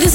this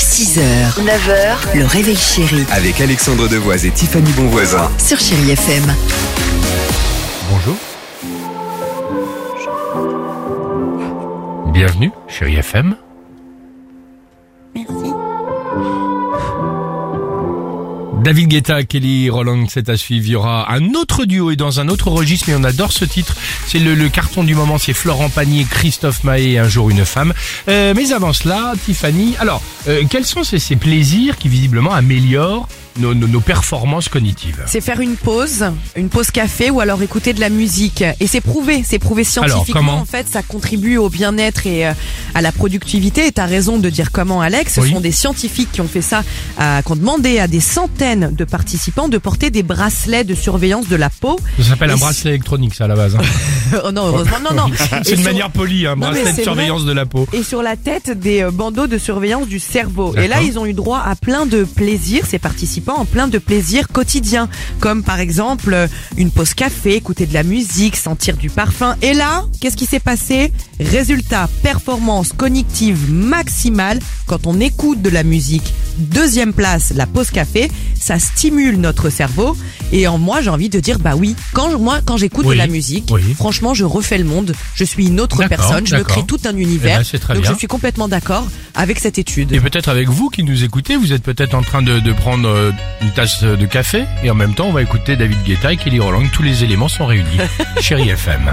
6h, 9h, le réveil chéri avec Alexandre Devoise et Tiffany Bonvoisin. sur Chérie FM. Bonjour. Bienvenue, chérie FM. Merci. David Guetta, Kelly Roland, c'est à suivre. Il y aura un autre duo et dans un autre registre, mais on adore ce titre. C'est le, le carton du moment, c'est Florent Pagny, Christophe Maé, Un jour une femme. Euh, mais avant cela, Tiffany, alors, euh, quels sont ces, ces plaisirs qui visiblement améliorent nos- nos- nos performances cognitives C'est faire une pause, une pause café ou alors écouter de la musique. Et c'est prouvé, c'est prouvé scientifiquement. Alors, comment en fait, ça contribue au bien-être et euh, à la productivité. Et t'as raison de dire comment, Alex. Ce Oui. sont des scientifiques qui ont fait ça, euh, qui ont demandé à des centaines de participants de porter des bracelets de surveillance de la peau. Ça s'appelle Et un si- bracelet électronique, ça, à la base. hein. oh non, heureusement, non, non. C'est Et une sur- manière polie, un mais bracelet de c'est surveillance de la peau. et sur la tête des euh, bandeaux de surveillance du cerveau. Et là, D'accord. ils ont eu droit à plein de plaisirs, ces participants, en plein de plaisirs quotidiens, comme par exemple euh, une pause café, écouter de la musique, sentir du parfum. Et là, qu'est-ce qui s'est passé Résultat, performance cognitive maximale quand on écoute de la musique. Deuxième place, la pause café, ça stimule notre cerveau. Et en moi, j'ai envie de dire, bah oui, quand je- moi, quand j'écoute Oui, de la musique, oui. franchement, je refais le monde. Je suis une autre D'accord, personne. Je me d'accord. crée tout un univers. Eh ben, c'est très Donc bien. je suis complètement d'accord avec cette étude. Et peut-être avec vous qui nous écoutez, vous êtes peut-être en train de, de prendre euh, une tasse de café et en même temps on va écouter David Guetta et Kelly Roland. Tous les éléments sont réunis. Chérie FM.